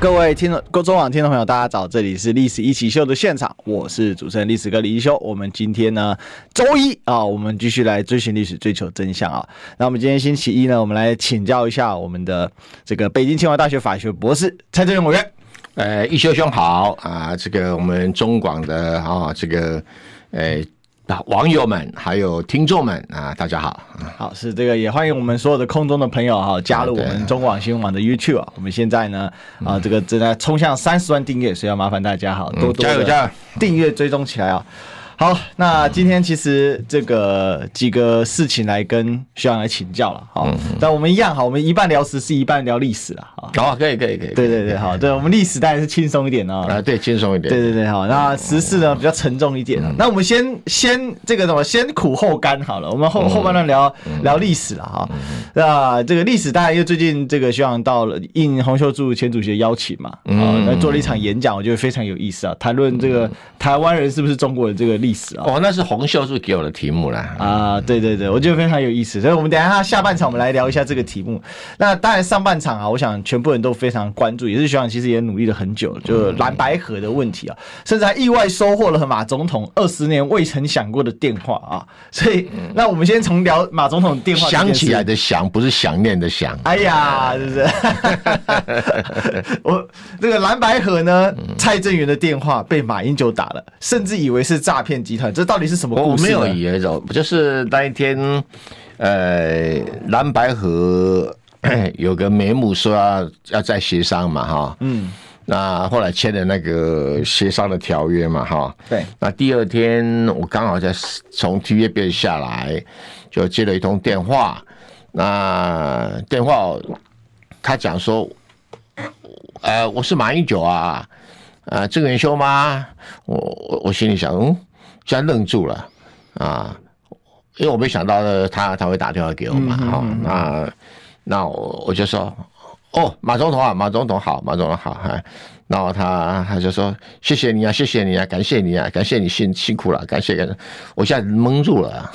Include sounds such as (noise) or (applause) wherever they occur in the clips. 各位听众、各中网听众朋友，大家早，这里是《历史一起秀》的现场，我是主持人历史哥李一修。我们今天呢，周一啊，我们继续来追寻历史，追求真相啊。那我们今天星期一呢，我们来请教一下我们的这个北京清华大学法学博士蔡正元委员。呃，一修兄好啊、这个我们中广的啊、这个呃网友们还有听众们啊、大家好。好，是这个，也欢迎我们所有的空中的朋友哈、加入我好们的中广新闻网的 YouTube 啊。我们现在呢，啊，嗯这个正在冲向三十万订阅，所以要麻烦大家哈，多多地加油加油订阅追踪起来啊。好，那今天其实这个几个事情来跟徐阳来请教了，嗯好，但我们一样哈，我们一半聊时事，一半聊历史了，好，好、哦可以可以可以。对对对，好，对我们历史当然是轻松一点啊，啊、对，轻松一点。对对对，好，那时事呢比较沉重一点、啊。那我们先先这个什么，先苦后甘好了。我们后后半段聊、聊历史了哈。那这个历史，当然因为最近这个徐朗到了应洪秀柱前主席的邀请嘛，啊，那做了一场演讲，我觉得非常有意思啊，谈论这个台湾人是不是中国的这个历史啊。哦，那是洪秀柱给我的题目啦。啊，对对对，我觉得非常有意思，所以我们等一下下半场我们来聊一下这个题目。那当然上半场啊，我想全部人都非常关注，也是学长其实也努力了很久，嗯就蓝白河的问题啊，甚至还意外收获了马总统二十年未曾想过的电话啊。所以，那我们先从聊马总统电话这件嗯想起事来的想，不是想念的想。哎呀，是不 (laughs) 是？我这个蓝白河呢，嗯蔡正元的电话被马英九打了，甚至以为是诈骗集团，这到底是什么我故我事呢？没有以为走，就是那一天，呃，蓝白河有个眉目说要要再协商嘛，哈，嗯，那后来签了那个协商的条约嘛，哈，对，那第二天我刚好在从 TVB 下来，就接了一通电话，那电话他讲说，呃，我是马英九啊，啊，郑元修吗？我我我心里想，嗯，居然愣住了啊，因为我没想到呃他他会打电话给我嘛，哈、那那我我就说，哦，马总统啊，马总统好，马总统好，哎，然后他他就说，谢谢你啊，谢谢你啊，感谢你啊，感谢你辛辛苦了，感谢感谢，我现在蒙住了、啊。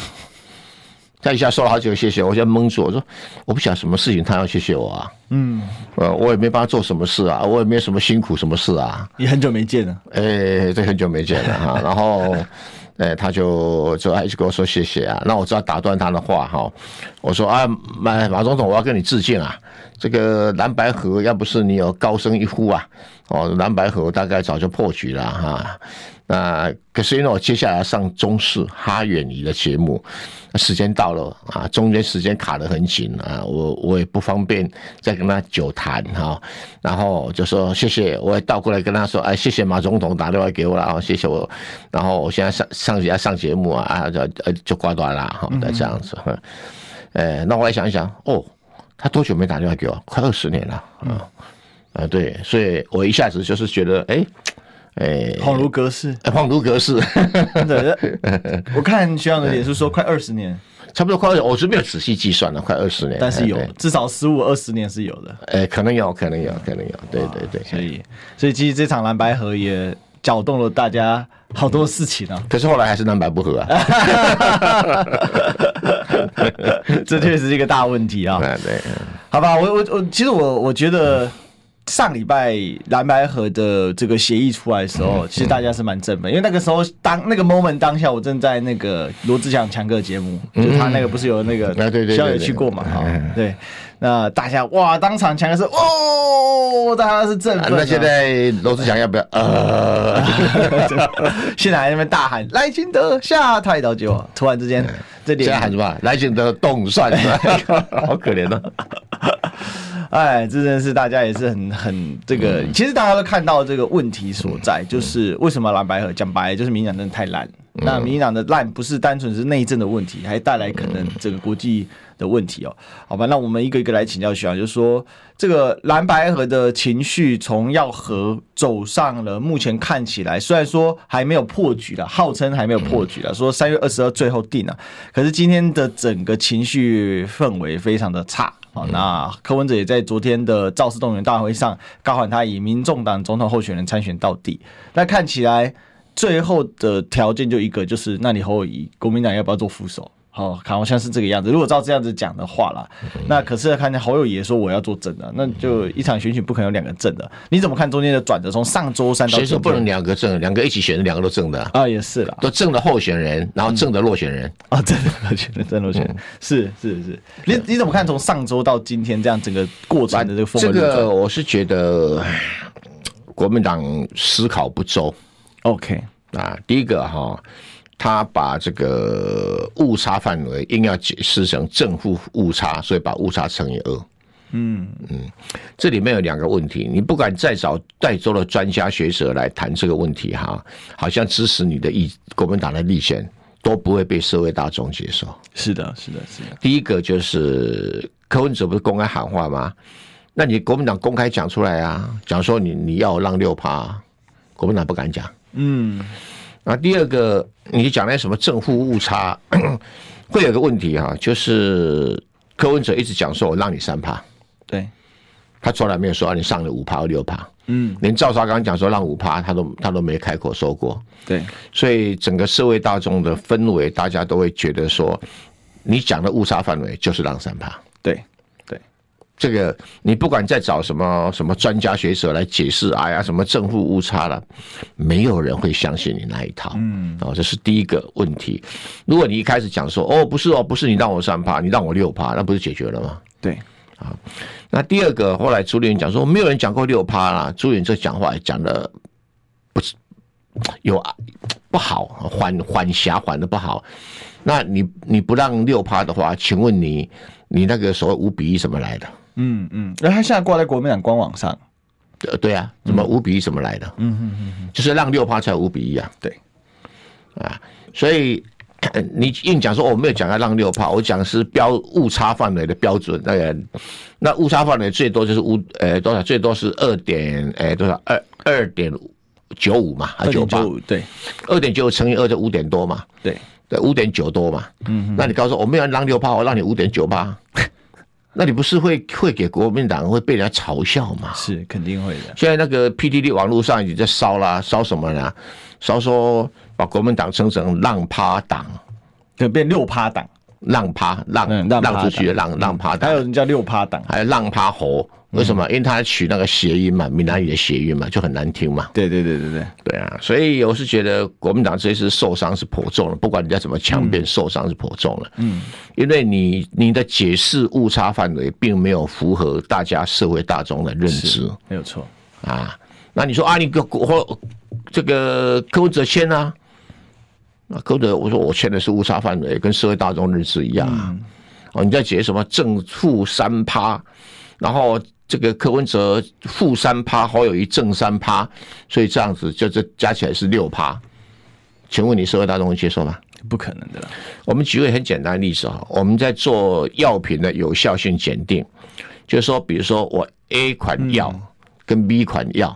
他一下说了好几个谢谢，我现在蒙住，我说我不想什么事情他要谢谢我啊，嗯，呃，我也没帮他做什么事啊，我也没什么辛苦什么事啊，也很久没见了。哎、这很久没见了哈。然后，哎、他就就一直跟我说谢谢啊。那我知道打断他的话哈，我说啊，马马总统，我要跟你致敬啊。这个蓝白河要不是你有高声一呼啊，哦，蓝白河大概早就破局了哈、那可是因为我接下来要上中视哈远仪的节目，那时间到了啊，中间时间卡得很紧啊，我我也不方便再跟他久谈哈、然后就说谢谢，我也倒过来跟他说，哎，谢谢马总统打电话给我了啊，谢谢我，然后我现在上上要上节目啊啊，就呃就挂断了哈，那、这样子，嗯哎，那我来想一想，哦，他多久没打电话给我？快二十年了啊。啊，对，所以我一下子就是觉得，哎，哎，恍如隔世，哎恍如隔世，真的。 (laughs) 我看学长的脸书说快二十年，差不多快，我是没有仔细计算了，快二十年，但是有哎，至少十五二十年是有的。对哎，可能有，可能嗯有，可能有，啊对对对。所以，所以其实这场蓝白河也搅动了大家好多事情啊。 (laughs) 可是后来还是南白不合啊，这确实是一个大问 (laughs) (laughs) 题啊。哎对，好吧，我我我，其实我我觉得上礼拜蓝白河的这个协议出来的时嗯候，其实大家是蛮振奋，因为那个时候当那个 moment 当下，我正在那个罗志祥强哥节目，就他那个不是有那个嗯啊对对对肖也对哎去过嘛，哈，对，那大家哇，当场强哥是哦，大家是振啊奋啊，那现在罗志祥要不要？呃， (laughs) 现在还在那边大喊赖清德下台倒酒，突然之间这哎现脸在喊什么？来景的动 (laughs) 算，好可怜哦。 (laughs) 哎，这真的是大家也是很很这个，其实大家都看到这个问题所在，就是为什么蓝白河讲白了就是民进党真的太烂，那民进党的烂不是单纯是内政的问题，还带来可能整个国际的问题哦。好吧，那我们一个一个来请教徐阳，就是说这个蓝白河的情绪从要和走上了目前看起来，虽然说还没有破局了，号称还没有破局了，说三月二十二最后定了，可是今天的整个情绪氛围非常的差。嗯好，那柯文哲也在昨天的造势动员大会上高喊他以民众党总统候选人参选到底。那看起来最后的条件就一个，就是那你侯友宜国民党要不要做副手？好、看好像是这个样子。如果照这样子讲的话啦，嗯那可是看见侯友宜也说我要做正的，那就一场选举不可能有两个正的。你怎么看中间的转折？从上周三到谁今说天不能两个正，两个一起选，两个都正的啊，啊？也是啦，都正的候选人，然后正的落选人。啊，真的落选了，真的落选嗯了，是是是。你你怎么看从上周到今天这样整个过程的这个氛围这路转？个我是觉得唉国民党思考不周 OK，啊。第一个哈，他把这个误差范围硬要解释成正负误差，所以把误差乘以二。嗯这里面有两个问题，你不敢再找带州的专家学者来谈这个问题哈，好像支持你的意国民党的立宪都不会被社会大众接受。是的，是的，是的，第一个就是柯文哲不是公开喊话吗？那你国民党公开讲出来啊，讲说你你要让六趴，国民党不敢讲。嗯，那第二个，你讲那什么正负误差， (clears throat) 会有个问题哈、就是柯文哲一直讲说我让你三趴，对，他从来没有说啊让你上了五趴或六趴，嗯，连赵少刚讲说让五趴，他都他都没开口说过。对，所以整个社会大众的氛围，大家都会觉得说，你讲的误差范围就是让三趴。对，对，这个你不管再找什么什么专家学者来解释，哎呀，什么正负误差了，没有人会相信你那一套。嗯，哦，这是第一个问题。如果你一开始讲说，哦，不是哦，不是你让我三趴，你让我六趴，那不是解决了吗？对，那第二个，后来朱立伦讲说，没有人讲过六趴啦。朱立伦这讲话也讲的不是有啊不好，缓缓狭缓的不好。那你你不让六趴的话，请问你你那个所谓五比一怎么来的？嗯嗯。那他现在挂在国民党官网上，呃，对啊，怎么五比一怎么来的？嗯嗯嗯，就是让六趴才五比一啊。对，啊，所以呃你硬讲说哦我没有讲要让六趴，我讲是标误差范围的标准。那个那误差范围最多就是五呃多少，最多是二点呃多少二二点九五嘛，还二九点八九，五，对，二点九乘以二就五点多嘛，对，对，五点九多嘛。嗯，那你告诉我我没有让六趴，我让你五点九 (laughs) 八，那你不是会会给国民党会被人家嘲笑吗？是肯定会的。现在那个 PDD 网络上已经在烧啦，烧什么呢？烧说把国民党称成浪趴党，对，变六趴党，浪趴浪、嗯浪趴浪出去的浪浪趴还党，有嗯人叫六趴党。还有浪趴猴。为什么？因为他取那个谐音嘛，闽南语的谐音嘛，就很难听嘛。对对对对对，对啊，所以我是觉得国民党这次受伤是颇重了，不管人家怎么强辩，受伤是颇重了。嗯，因为你你的解释误差范围并没有符合大家社会大众的认知。没有错。啊。那你说啊，你给我或这个柯文哲签啊？那柯文哲我说我签的是误差范围，跟社会大众认知一样啊。哦，你在解什么正负三趴，然后这个柯文哲负三趴，侯友谊正三趴，所以这样子就这加起来是六趴。请问你社会大众会接受吗？不可能的啦，我们举个很简单的例子哈，我们在做药品的有效性检定，就是说，比如说我 A 款药嗯跟 B 款药，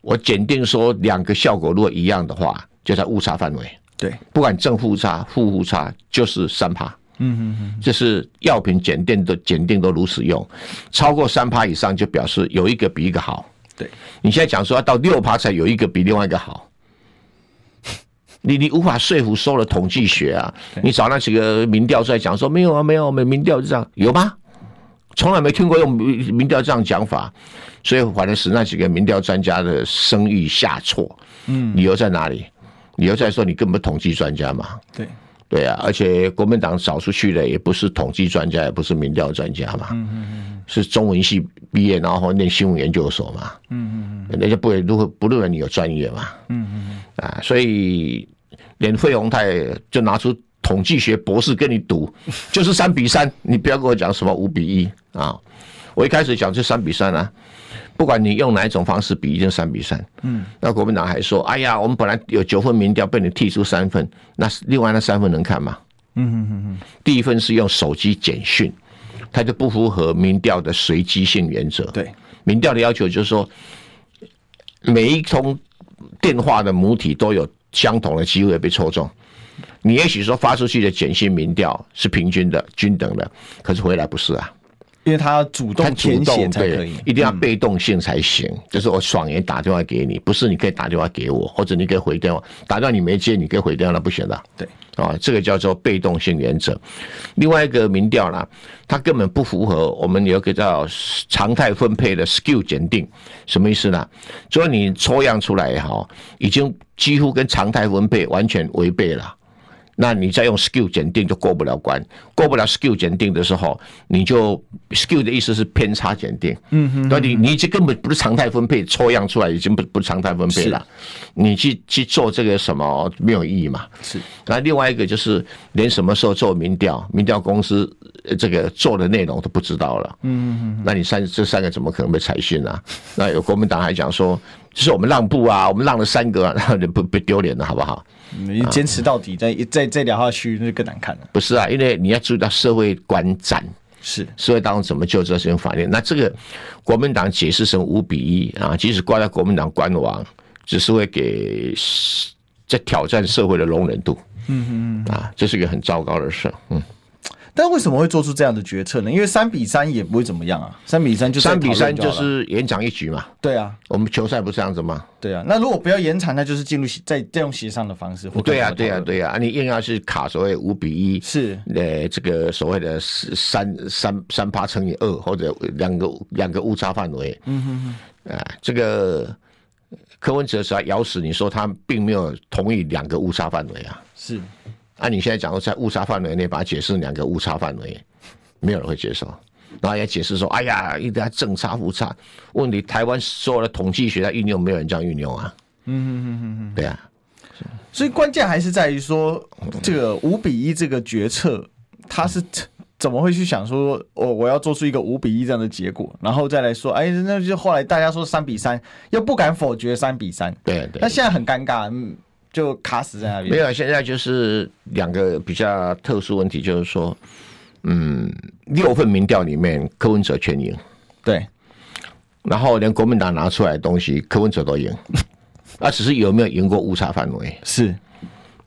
我检定说两个效果如果一样的话，就在误差范围，对，不管正负差、负误差，就是三趴。嗯嗯这是药品检定的检定都如此用，超过三趴以上就表示有一个比一个好。对，你现在讲说要啊到六趴才有一个比另外一个好， (laughs) 你你无法说服所有的统计学啊！你找那几个民调出来讲说没有啊，没有，没民调就这样，有吗？从来没听过用民民调这样讲法，所以反而使那几个民调专家的声誉下挫。嗯，理由在哪里？理由在说你根本不统计专家嘛。对，对啊，而且国民党找出去的也不是统计专家，也不是民调专家嘛，是中文系毕业，然后念新闻研究所嘛，嗯嗯人家不会如何不认为你有专业嘛，嗯嗯啊，所以连费鸿泰就拿出统计学博士跟你赌，就是三比三，你不要跟我讲什么五比一啊。我一开始讲就三比三啊，不管你用哪一种方式比，一定三比三。嗯，那国民党还说，哎呀，我们本来有九份民调被你剔出三份，那另外那三份能看吗？嗯哼哼哼，第一份是用手机简讯，它就不符合民调的随机性原则。对，民调的要求就是说，每一通电话的母体都有相同的机会被抽中。你也许说发出去的简讯民调是平均的、均等的，可是回来不是啊。因为他要主他动主填写动才可对以，，嗯一定要被动性才行。就是我爽也打电话给你，不是你可以打电话给我，或者你可以回电话，打电话你没接，你可以回电话，那不行的。对，啊，这个叫做被动性原则。另外一个民调啦，它根本不符合我们有一个叫常态分配的 skill 检定，什么意思呢？就是你抽样出来哈，已经几乎跟常态分配完全违背了。那你再用 skill 检定就过不了关，过不了 skill 检定的时候，你就 skill 的意思是偏差检定，嗯哼，对，你你这根本不是常态分配，抽样出来已经不不是常态分配了，你去去做这个什么没有意义嘛？是。那另外一个就是连什么时候做民调，民调公司呃这个做的内容都不知道了，嗯嗯，那你三这三个怎么可能被采信啊？那有国民党还讲说，就是我们让步啊，我们让了三个、啊，那就不不丢脸了，好不好？你坚持到底，再再再聊下去那就更难看了。不是啊，因为你要注意到社会观展，是社会当中怎么就这事情法律。那这个国民党解释成五比一啊，即使挂在国民党官网，只是会给在挑战社会的容忍度。嗯嗯啊，这是一个很糟糕的事。嗯，但为什么会做出这样的决策呢？因为三比三也不会怎么样啊，三比三就再三比讨论三好就了是延长一局嘛，对啊，我们球赛不是这样子吗？对啊。那如果不要延长，那就是进入协再再用协商的方式。或对呀、呀、啊，对呀、啊，对呀、啊，你硬要去卡所谓五比一，是呃，这个所谓的三三三八乘以二或者两个两个误差范围，嗯哼哼，啊、这个柯文哲只要咬死你说他并没有同意两个误差范围啊，是按、你现在讲说在误差范围内把它解释两个误差范围，没有人会接受。然后也解释说，哎呀，一定要正差误差。问题台湾所有的统计学在运用，没有人这样运用啊。嗯嗯嗯嗯，对啊。所以关键还是在于说，这个五比一这个决策，他是怎么会去想说，我、我要做出一个五比一这样的结果，然后再来说，哎，那就后来大家说三比三，又不敢否决三比三，对啊对那现在很尴尬，嗯，就卡死在那没边。有，现在就是两个比较特殊问题，就是说，嗯，六份民调里面柯文哲全赢，对，然后连国民党拿出来的东西，柯文哲都赢，那、只是有没有赢过误差范围？是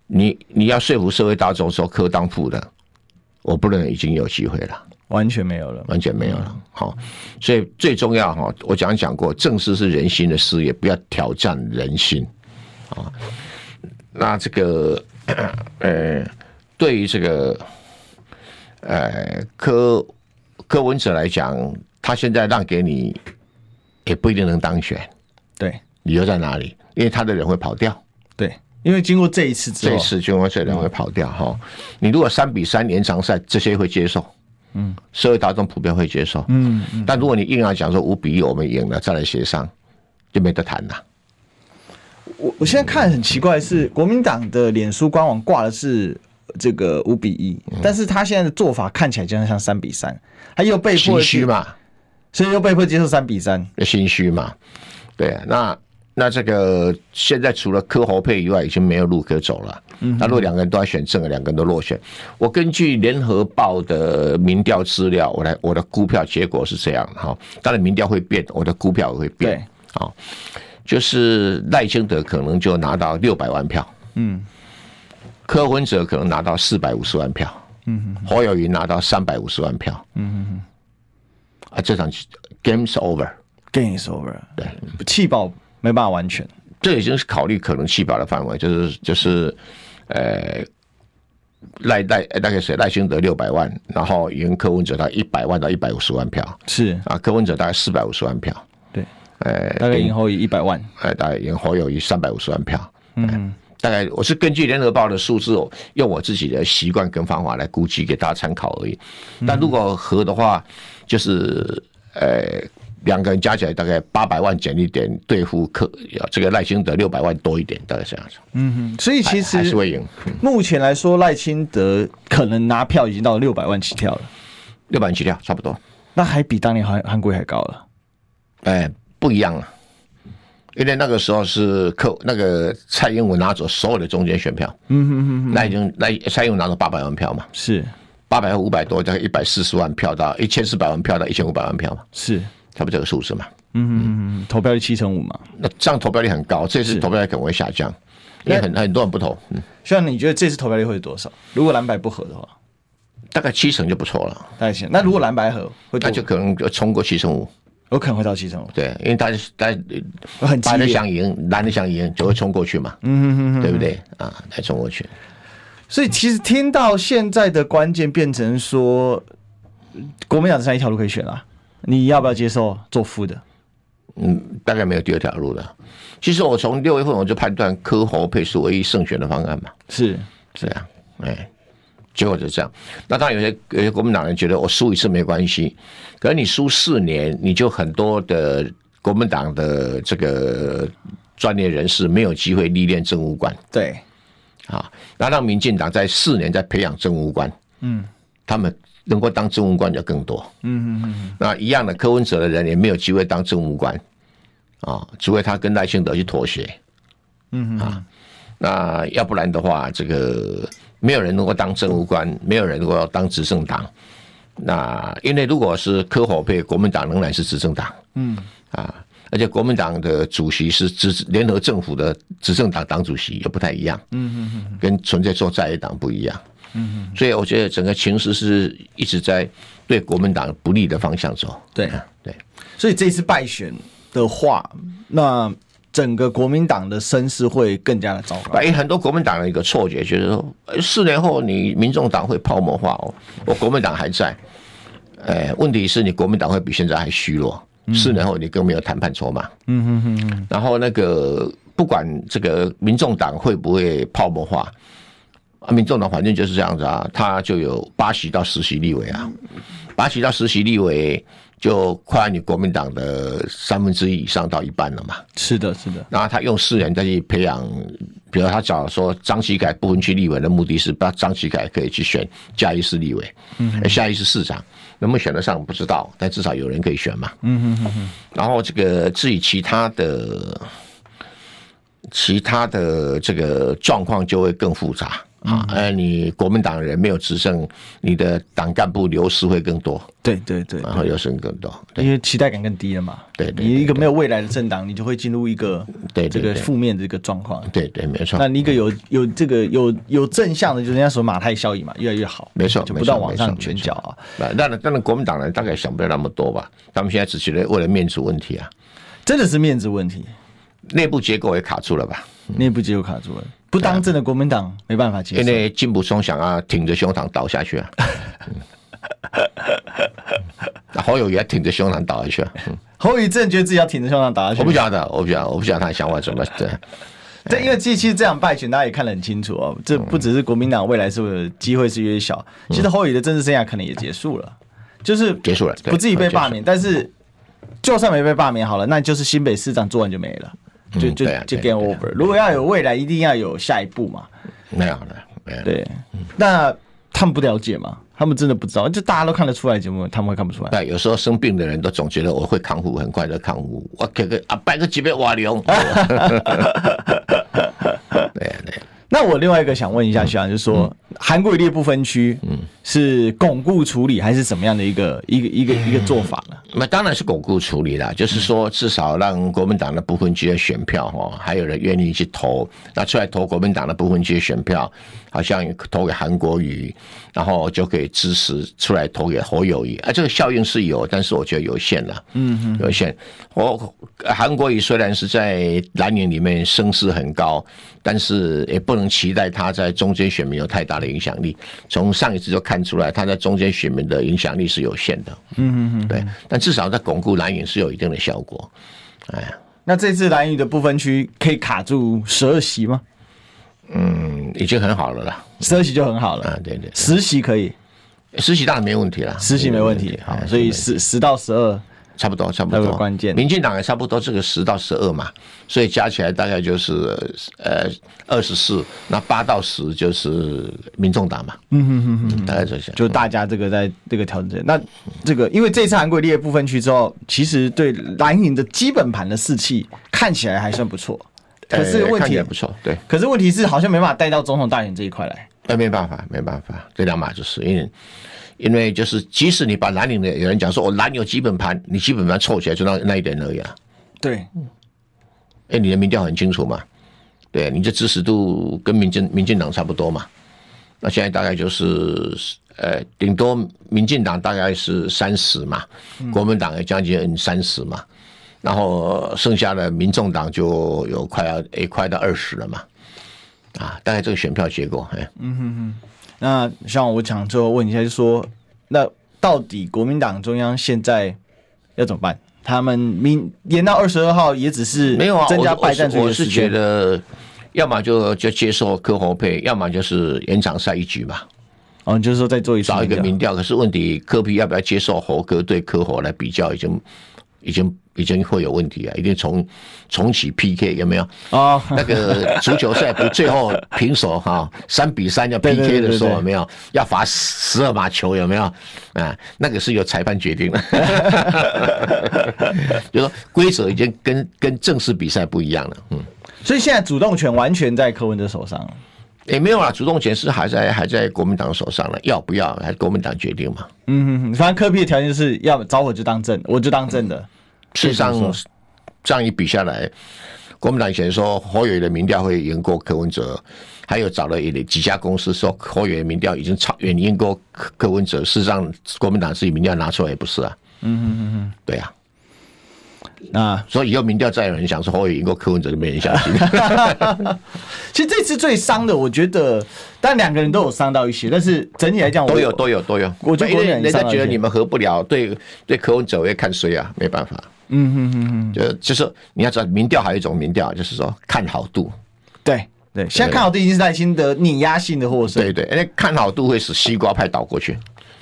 你你要说服社会大众说柯当副的，我不能已经有机会了。完全没有了。完全没有了。好、所以最重要哈，我讲讲过，正视是人心的事业，不要挑战人心啊。那这个呃，对于这个呃柯柯文哲来讲，他现在让给你，也不一定能当选，对理由在哪里？因为他的人会跑掉。对，因为经过这一次之这后，次军工这人会跑掉哈、你如果三比三延长赛，这些会接受，嗯，社会大众普遍会接受，嗯，但如果你硬要讲说五比一我们赢了再来协商，就没得谈了。我我现在看很奇怪的是，国民党的脸书官网挂的是这个五比一，嗯但是他现在的做法看起来就像三比三，他又被迫心虚嘛，所以又被迫接受三比三。心虚嘛，对啊，那。那这个现在除了柯侯配以外，已经没有路可走了。那如果两个人都要选正，两个人都落选，我根据联合报的民调资料，我来我的估票结果是这样哈。当然民调会变，我的估票也会变。啊、就是赖清德可能就拿到六百万票，嗯，柯文哲可能拿到四百五十万票，嗯，侯友谊拿到三百五十万票，嗯啊，这场 games over， Game is over，对，气爆没办法完全，这已经是考虑可能弃保的范围，就是就是，呃，赖赖呃那个谁赖清德六百万，然后赢柯文哲到一百万到一百五十万票，是啊，柯文哲大概四百五十万票，对，呃，哎大概赢后一百万，呃，大概赢侯友谊三百五十万票，嗯，大概我是根据联合报的数字，用我自己的习惯跟方法来估计给大家参考而已。但如果合的话，就是呃两个人加起来大概八百万减一点，对付克这个赖清德六百万多一点，大概这样子，嗯，所以其还是实会赢，嗯目前来说，赖清德可能拿票已经到六百万起跳了。六百万起跳差不多。那还比当年韩韩国瑜还高了。哎，不一样了，因为那个时候是克那个蔡英文拿走所有的中间选票，嗯哼哼那已经那蔡英文拿走八百万票嘛，是八百五百多加一百四十万票到一千四百万票到一千五百万票嘛，是，差不多这个数字嘛。嗯嗯，投票率七成五嘛。那这样投票率很高，这次投票率可能会下降，因为很很多人不投，嗯，希望你觉得这次投票率会是多少？如果蓝白不合的话，大概七成就不错了，大概行。那如果蓝白合会多那就可能就冲过七成五。有可能会到七成五，对，因为他他很激白的烈。想赢，蓝的想赢，就会冲过去嘛，嗯嗯嗯，对不对啊？来冲过去，所以其实听到现在的关键变成说，国民党只剩一条路可以选了、你要不要接受做副的？嗯，大概没有第二条路了。其实我从六月份我就判断柯侯配是唯一胜选的方案嘛，是这样，哎，结果就这样。那当然有些有些国民党人觉得我输一次没关系，可是你输四年，你就很多的国民党的这个专业人士没有机会历练政务官对，啊，那让民进党在四年再培养政务官，嗯，他们能够当政务官就更多，嗯嗯那一样的，柯文哲的人也没有机会当政务官啊，除非他跟赖清德去妥协，嗯啊，那要不然的话，这个没有人能够当政务官，没有人能够当执政党。那因为如果是柯火配，国民党仍然是执政党，嗯啊，而且国民党的主席是执联合政府的执政党党主席，又不太一样，嗯嗯嗯，跟存在做在野党不一样，嗯嗯，所以我觉得整个情势是一直在对国民党不利的方向走，对啊对。所以这次败选的话，那整个国民党的声势会更加的糟糕。哎，很多国民党的一个错觉，就是说，呃四年后你民众党会泡沫化哦，我国民党还在，哎，问题是你国民党会比现在还虚弱，四年后你更没有谈判筹码，嗯哼哼，然后那个不管这个民众党会不会泡沫化。啊，民众党反正就是这样子啊，他就有八席到十席立委啊，八席到十席立委就快你国民党的三分之一以上到一半了嘛。是的，是的，然后他用四人再去培养，比如他找说张其凯不分区立委的目的是把张其凯可以去选下一市立委，嗯，下一市市长能不能选得上不知道，但至少有人可以选嘛，嗯然后这个至于其他的，其他的这个状况就会更复杂嗯啊，哎，你国民党人没有执政，你的党干部流失会更多，对对对，然后流失更多，对。因为期待感更低了嘛。对对你一个没有未来的政党，你就会进入一个对对这个对嗯负面的一个状况。对对，没错。那你一个有有这个有有正向的，就是人家说马太效应嘛，越来越好，没错，就没不错断往上没错卷没错脚啊。那当然，当然，国民党人大概想不了那么多吧。他们现在只觉得为了面子问题啊，真的是面子问题，内部结构也卡住了吧？内部结构卡住了，不当政的国民党没办法接嗯啊因受。为金溥聪想要挺着胸膛倒下去啊，嗯、侯友宜还挺着胸膛倒下去、啊。嗯侯宇正觉得自己要挺着胸膛打下我不去，晓得，我不晓得，我不晓得他想法怎么对。对，因为这期这场败选大家也看得很清楚哦，这嗯不只是国民党未来是不是机会是越来越小，其实侯宇的政治生涯可能也结束了，就是结束了对不自己被罢免，但是就算没被罢免好了，那就是新北市长做完就没了，就就对啊就对 game 啊对啊嗯 over。如果要有未来，一定要有下一步嘛。没有了，没有了。对，那他们不了解嘛？他们真的不知道，就大家都看得出来节目，他们会看不出来。对，有时候生病的人都总觉得我会康复，很快就康复。我给个啊，拜个几杯瓦龙。 (laughs) 对啊，对啊，对啊那我另外一个想问一嗯下徐阳，就是说韩国瑜列不分区，嗯，是巩固处理还是怎么样的一个一个一个一个嗯做法呢？那当然是巩固处理啦，就是说至少让国民党的部分区的选票哦，还有人愿意去投，那出来投国民党的部分区的选票，好像投给韩国瑜，然后就可以支持出来投给侯友谊，啊，这个效应是有，但是我觉得有限了，嗯，有限。我韩国瑜虽然是在蓝营里面声势很高，但是也不能期待他在中间选民有太大的影响力。从上一次就看出来，他在中间选民的影响力是有限的。对，但至少在巩固蓝营是有一定的效果。那这次蓝屿的不分区可以卡住十二席吗？嗯，已经很好了啦。十二席就很好了啊，，对对，十席可以，实习当然没问题啦，哎十席没问题。好，所以十十到十二差不多，差不那多。个关键民进党也差不多这个十到十二嘛，所以加起来大概就是呃二十四，那八到十就是民众党嘛。嗯哼哼哼，大概就这样。就大家这个在这个调整。那这个因为这次韩国列部分区之后，其实对蓝营的基本盘的士气看起来还算不错，可是呃问看起题来不错，对。可是问题是好像没办法带到总统大选这一块来。那没办法，没办法，这两码就是因为，因为就是即使你把蓝领的有人讲说，我哦蓝有基本盘，你基本盘凑起来就那那一点而已啊。对，哎，你的民调很清楚嘛，对，你这支持度跟民进民进党差不多嘛。那现在大概就是呃，顶多民进党大概是三十嘛，嗯国民党也将近三十嘛，然后剩下的民众党就有快要也快到二十了嘛。啊，大概这个选票结果，哎，嗯那像我想最后问一下，就说那到底国民党中央现在要怎么办？他们明延到二十二号也只是没有啊，增加我我拜是占主义我的时是觉间。得，要么就就接受柯侯配，要么就是延长赛一局嘛，哦，你就是说再做一次找一个民民调。可是问题，柯皮要不要接受侯哥对柯侯来比较，已经已经已经会有问题啊，一定重重启 PK 有没 (laughs) 有？调哦，那个足球赛不最后平手哈，三、比三要对对 PK 对的时对候对有没有？要罚十二码球有没有？啊，那个是由裁判决定 (laughs) 的，就说规则已经跟跟正式比赛不一样了，嗯。所以现在主动权完全在柯文哲手上。也没有啦，主动权是还在还在国民党手上了，要不要还是国民党决定嘛？嗯，哼哼，反正科比的条件就是要么找我就当正，我就当正的。事实这么上说，这样一比下来，国民党以前说侯友宜的民调会赢过柯文哲，还有找了一几家公司说侯友宜的民调已经超远赢过柯柯文哲，事实上国民党自己民调拿出来也不是啊，嗯嗯嗯，对啊，嗯那所以以后民调再有人想说侯友宜赢过柯文哲，就没人 (laughs) 相信。其实这次最伤的，我觉得，但两个人都有伤到一些，但是整体来讲，我都有都有都有，我就因国为民党人家上了觉得去你们合不了，对对柯文哲也看衰啊，没办法。嗯哼哼哼，就就是你要知道，民调还有一种民调，就是说看好度，对对。现在看好的已经是赖清德碾压性的获胜，对对，因为看好度会使西瓜派倒过去，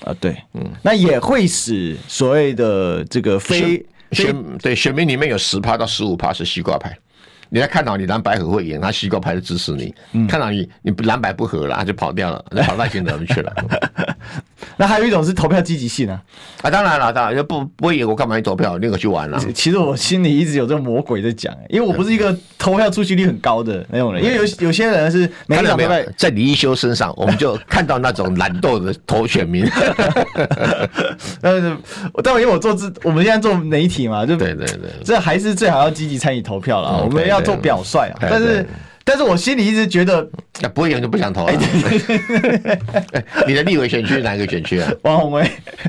啊，对，嗯，那也会使所谓的这个非非选对选民里面有十趴到十五趴是西瓜派。你在看到你蓝白合会赢，他西瓜派就支持你；嗯看到你你蓝白不合了，他就跑掉了，跑赖清德那边去了。 (laughs) 那还有一种是投票积极性啊。啊，当然了，当然不不会赢，我干嘛去投票？那个去玩了、其实我心里一直有这个魔鬼在讲，因为我不是一个投票出席率很高的那种人，因为有有些人是每看一到场没都在有，在李一修身上，我们就看到那种懒惰的投选民。 (laughs) 但是，呃但我因为我做自，我们现在做媒体嘛，就对对对这还是最好要积极参与投票啦。嗯我们对要对做表率啊，对但对是对，但是我心里一直觉得那不会赢就不想投了。 (laughs) 哎你的立委选区哪个选区啊？王宏威，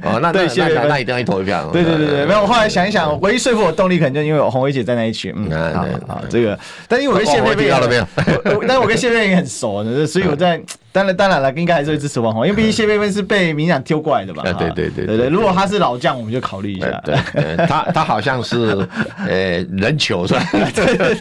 哦，(laughs) 那对那谢那谢那那一定要去投一票。对对对对，没有。我后来想一想，唯一说服我的动力可能就因为我红薇姐在那一区，嗯，嗯好对好，这个，但因为我跟谢哦佩我佩听到了没有我我但我跟谢佩佩也很熟呢，所以我 (laughs) 嗯在当然当然了，应该还是会支持王宏，因为毕竟谢佩佩是被民进党丢过来的嘛啊。嗯对哈对对对对如果他是老将，我们就考虑一下哎。对，呃他他好像是呃人球是吧？ (laughs)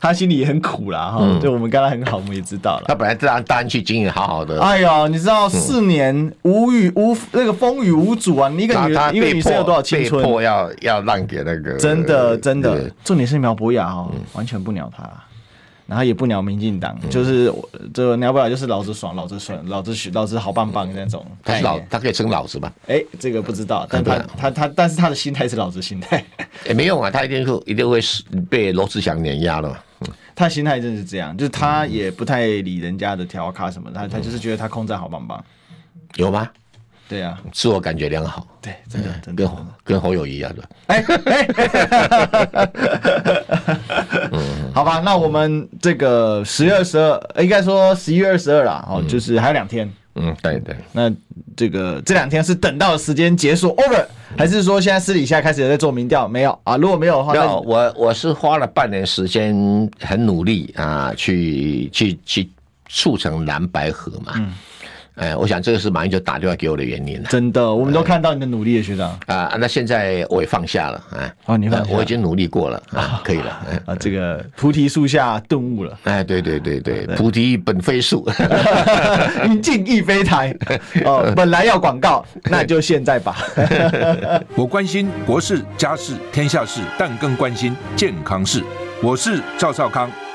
他心里也很苦啦嗯哈，对我们跟他很好，我们也知道了。他本来大安大安去经营好好的，哎呦，你知嗯道四年无雨无那个风雨无阻啊！你一个他女他一个被女生有多少迫青被春？迫要要让给那个呃真的真的对，嗯重点是苗博雅哦，完全不鸟他啦，然后也不鸟民进党，就是我这个苗博雅就是老子爽，老子顺，老子许，老子好棒棒那种嗯他概是老念。他可以称老子吧？哎，这个不知道，但他对啊他他，但是他的心态是老子心态， (laughs) 也没用啊，他一定会一定会被罗志祥碾压的嘛。嗯他的心态真的是这样，就是他也不太理人家的调侃什么，他他就是觉得他空战好棒棒，有吗？对啊，自我感觉良好，对，真的真的跟真的侯。跟侯友谊一样的。哎哎， (laughs) 好吧，那我们这个十月二十二，应该说十一月二十二啦，哦，就是还有两天。嗯，对对。那这个这两天是等到时间结束 over，还是说现在私底下开始有在做民调？没有啊，如果没有的话，嗯没有，那我我是花了半年时间，嗯很努力啊，去去去促成蓝白合嘛。哎，我想这个是马英九打电话给我的原因了。真的，我们都看到你的努力了，学长啊，那现在我也放下了，哎，哦你放下哦呃我已经努力过了，啊，可以了，哎，啊，这个菩提树下顿悟了， (laughs) 哎，对对对对，菩提本非树， (laughs) 云尽亦非台。哦，本来要广告，那就现在 (laughs) 吧。我关心国事、家事、天下事，但更关心健康事。我是赵少康，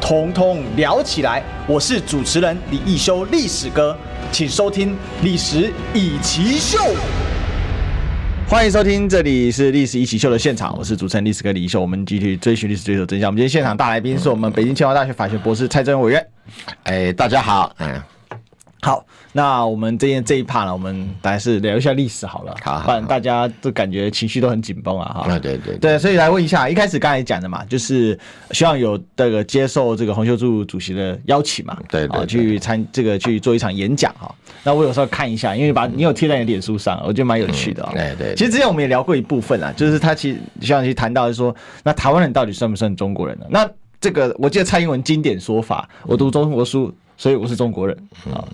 统统聊起来。我是主持人李一修，历史哥，请收听《历史以奇秀》。欢迎收听，这里是《历史一起秀》的现场，我是主持人历史哥李一秀，我们继续追寻历史，追求真相。我们今天现场大来宾是我们北京清华大学法学博士蔡正委员。哎，大家好，哎，好，那我们这这一趴呢，我们大概是聊一下历史好了，好好好不然大家都感觉情绪都很紧绷啊，哈。啊，对对对，对，所以来问一下，一开始刚才讲的嘛，就是希望有这个接受这个洪秀柱主席的邀请嘛，对对啊对去参这个去做一场演讲哈。那我有时候看一下，因为把你有贴在你的脸书上，我觉得蛮有趣的啊。嗯哎对对其实之前我们也聊过一部分啊，就是他其实像去谈到说，那台湾人到底算不算中国人呢？那这个我记得蔡英文经典说法，我读中国书，所以我是中国人嗯啊。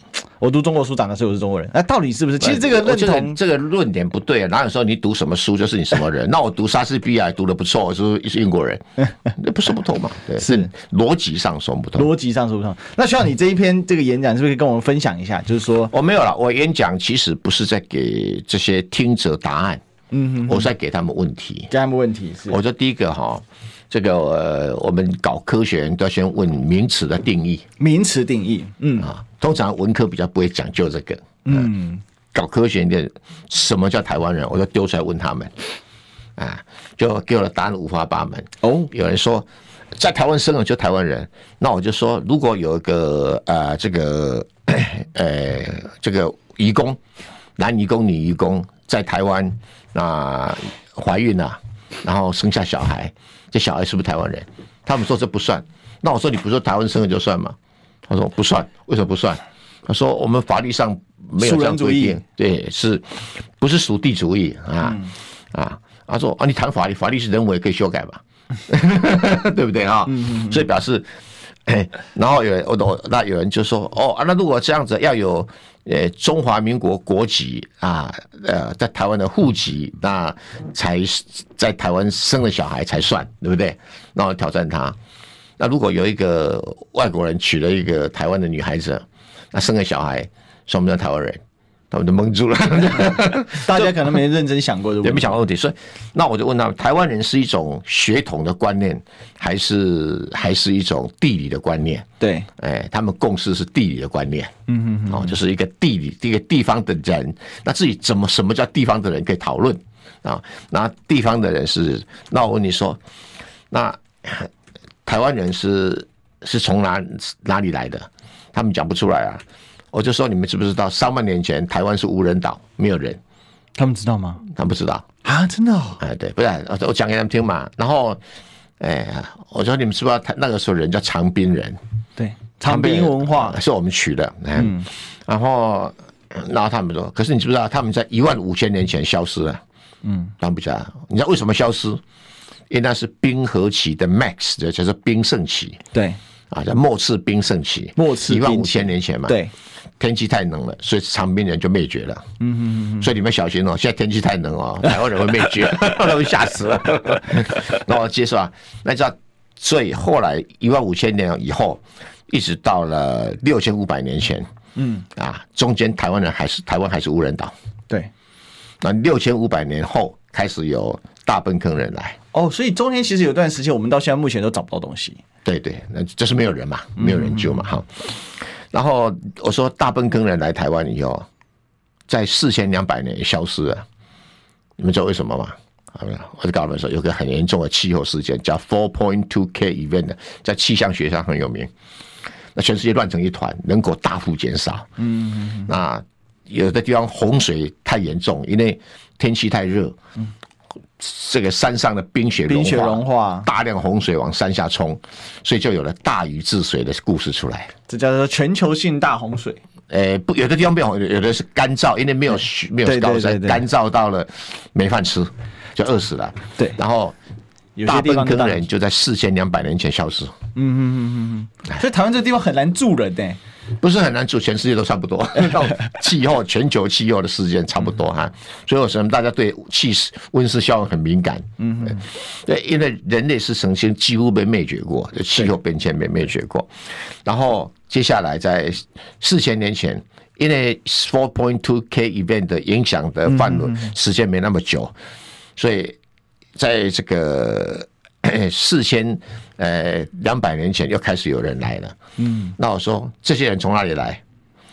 我读中国书长大，所以我是中国人。那到底是不 (laughs) 是？其实这个我认觉得同这个论点不对啊。哪有说你读什么书就是你什 (laughs) 么人？那我读莎士比亚读的不错，我是是英国人，那不说不通嘛？对，是逻辑上说不通。逻辑上说不通。那需要你这一篇这个演讲，是不是可以跟我们分享一下？就是说，我哦没有了，我演讲其实不是在给这些听者答案，嗯，我是在给他们问题。跟他们问题是我说第一个哈，这个呃，我们搞科学人都要先问名词的定义名词定义，嗯，啊，通常文科比较不会讲究这个，嗯，搞科学的什么叫台湾人，我就丢出来问他们，啊，就给我的答案五花八门。哦，有人说在台湾生了就台湾人，那我就说，如果有一个呃这个 (coughs) 呃这个移工，男移工、女移工在台湾那怀孕了、然后生下小孩，这小孩是不是台湾人？他们说这不算。那我说你不是说台湾生了就算吗？他说不算，为什么不算？他说我们法律上没有属这样人主规义定，对，是不是属地主义啊？嗯啊，他说啊，你谈法律，法律是人为可以修改嘛， (laughs) 对不对啊？所以表示，哎，然后有人我我那有人就说哦、啊，那如果这样子要有呃中华民国国籍啊，呃，在台湾的户籍，那才是在台湾生了小孩才算，对不对？那我挑战他。那如果有一个外国人娶了一个台湾的女孩子，那生个小孩算不算台湾人？他们都蒙住了。大家可能没认真想过这个也问题，没想到问题，所以那我就问他们：台湾人是一种血统的观念，还是还是一种地理的观念？对，哎，他们共识是地理的观念，嗯嗯，哦，就是一个地理一个地方的人，那至于怎么什么叫地方的人可以讨论啊？那地方的人是，那我问你说，那台湾人是是从哪哪里来的？他们讲不出来啊。我就说你们知不知道，三万年前台湾是无人岛，没有人，他们知道吗？他们不知道。啊，真的哦，哎，对，不然我我讲给他们听嘛。然后，哎，我说你们知不知道，他那个时候人叫长滨人，对，长滨文化呃是我们取的。嗯，然后，然后他们说，可是你知不知道，他们在一万五千年前消失了。嗯，他们不知道，你知道为什么消失？因为那是冰河期的 max，这叫做冰盛期对啊，叫末次冰盛期。末次一冰期万五千年前嘛。对，天气太冷了，所以长滨人就灭绝了。嗯嗯嗯。所以你们小心哦，现在天气太冷哦，台湾人会灭 (laughs) 绝，他们吓 (laughs) 死了。那我接受啊，那你知道，所以后来一万五千年以后，一直到了六千五百年前，嗯啊，中间台湾人还是台湾还是无人岛。对，那六千五百年后开始有大粪坑人来，哦，所以中间其实有段时间，我们到现在目前都找不到东西，对对，那就是没有人嘛，没有人救嘛，哈、然后我说大粪坑人来台湾以后，在四千两百年也消失了，你们知道为什么吗？好了，我就告诉你们说，有个很严重的气候事件叫 Four Point Two K Event，在气象学上很有名。那全世界乱成一团，人口大幅减少。嗯，那有的地方洪水太严重，因为天气太热，这个山上的冰雪融冰化，雪融化大量洪水往山下冲，所以就有了大禹治水的故事出来。这叫做全球性大洪水。呃，不，有的地方变红，有有的是干燥，因为没有雪没有对对高对山，对干燥到了没饭吃，就饿死了。对然后有大些地粪方坑大人就在四千两百年前消失，所以台湾这个地方很难住人呢、不是很难住，全世界都差不多，到气候全球气候的事件差不多哈。所以为什么大家对气势温室效应很敏感？嗯，对，因为人类是曾经几乎被灭绝过，就气候变迁被灭绝过。然后接下来在四千年前。因为4.2 K event 的影响的范围时间没那么久，所以在这个 (coughs) 四千呃两百年前又开始有人来了。嗯，那我说这些人从哪里来？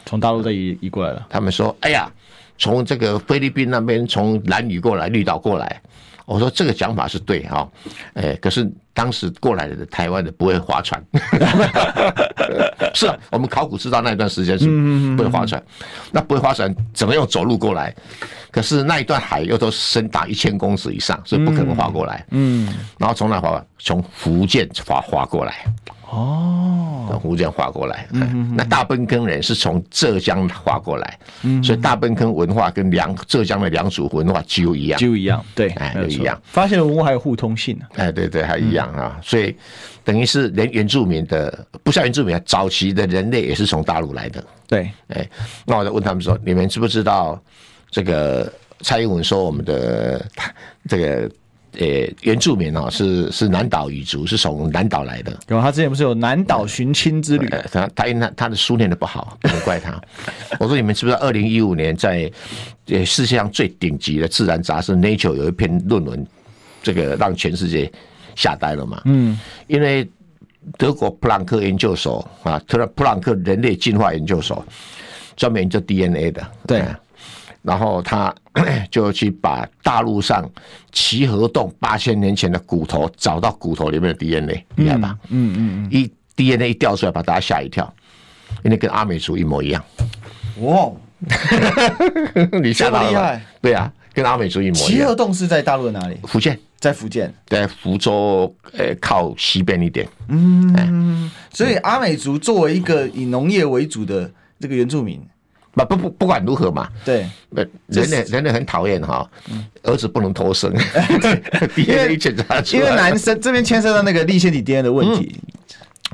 从大陆这移移过来了，他们说：“哎呀，从这个菲律宾那边从南屿过来，绿岛过来。”我说这个讲法是对哈、哎，可是当时过来的台湾的不会划船， (laughs) 是啊，我们考古知道那段时间是不会划船，那不会划船怎么用走路过来？可是那一段海又都深达一千公尺以上，所以不可能划过来。嗯，然后从哪划？从福建划划过来。哦从福建划过来，哦嗯、那大奔坑人是从浙江划过来，所以大奔坑文化跟良浙江的良渚文化几乎一样。就一样，对，哎没有就一错样。发现文物还有互通性啊呢、哎，对对，还一样啊，所以等于是连原住民的，不像原住民啊，早期的人类也是从大陆来的。对，哎，那我就问他们说，你们知不知道这个蔡英文说我们的这个呃原住民啊、是是南岛语族，是从南岛来的。然后他之前不是有南岛寻亲之旅？呃，他他因为他他的书念的不好，不能怪他。我说你们知不知道，二零一五年在呃世界上最顶级的自然杂志《Nature》有一篇论文，这个让全世界吓呆了嘛？嗯，因为德国普朗克研究所啊，特普朗克人类进化研究所专门研究 DNA 的，对啊然后他 (coughs) 就去把大陆上齐河洞八千年前的骨头找到骨头里面的 DNA，厉害吧？嗯嗯嗯，一 DNA 一掉出来，把大家吓一跳，因为跟阿美族一模一 (laughs) 样。哇，哦你吓到这么了厉吧害？对啊，跟阿美族一模一齐河样。洞是在大陆的哪里？福建在福建，在福州，呃，靠西边一点。所以阿美族作为一个以农业为主的这个原住民，不不不，不管如何嘛，对，呃，人类人类很讨厌哈，儿子不能 (laughs) 偷生，DNA 检查出嗯因来为男生这边牵涉到那个立腺体 DNA 的问题、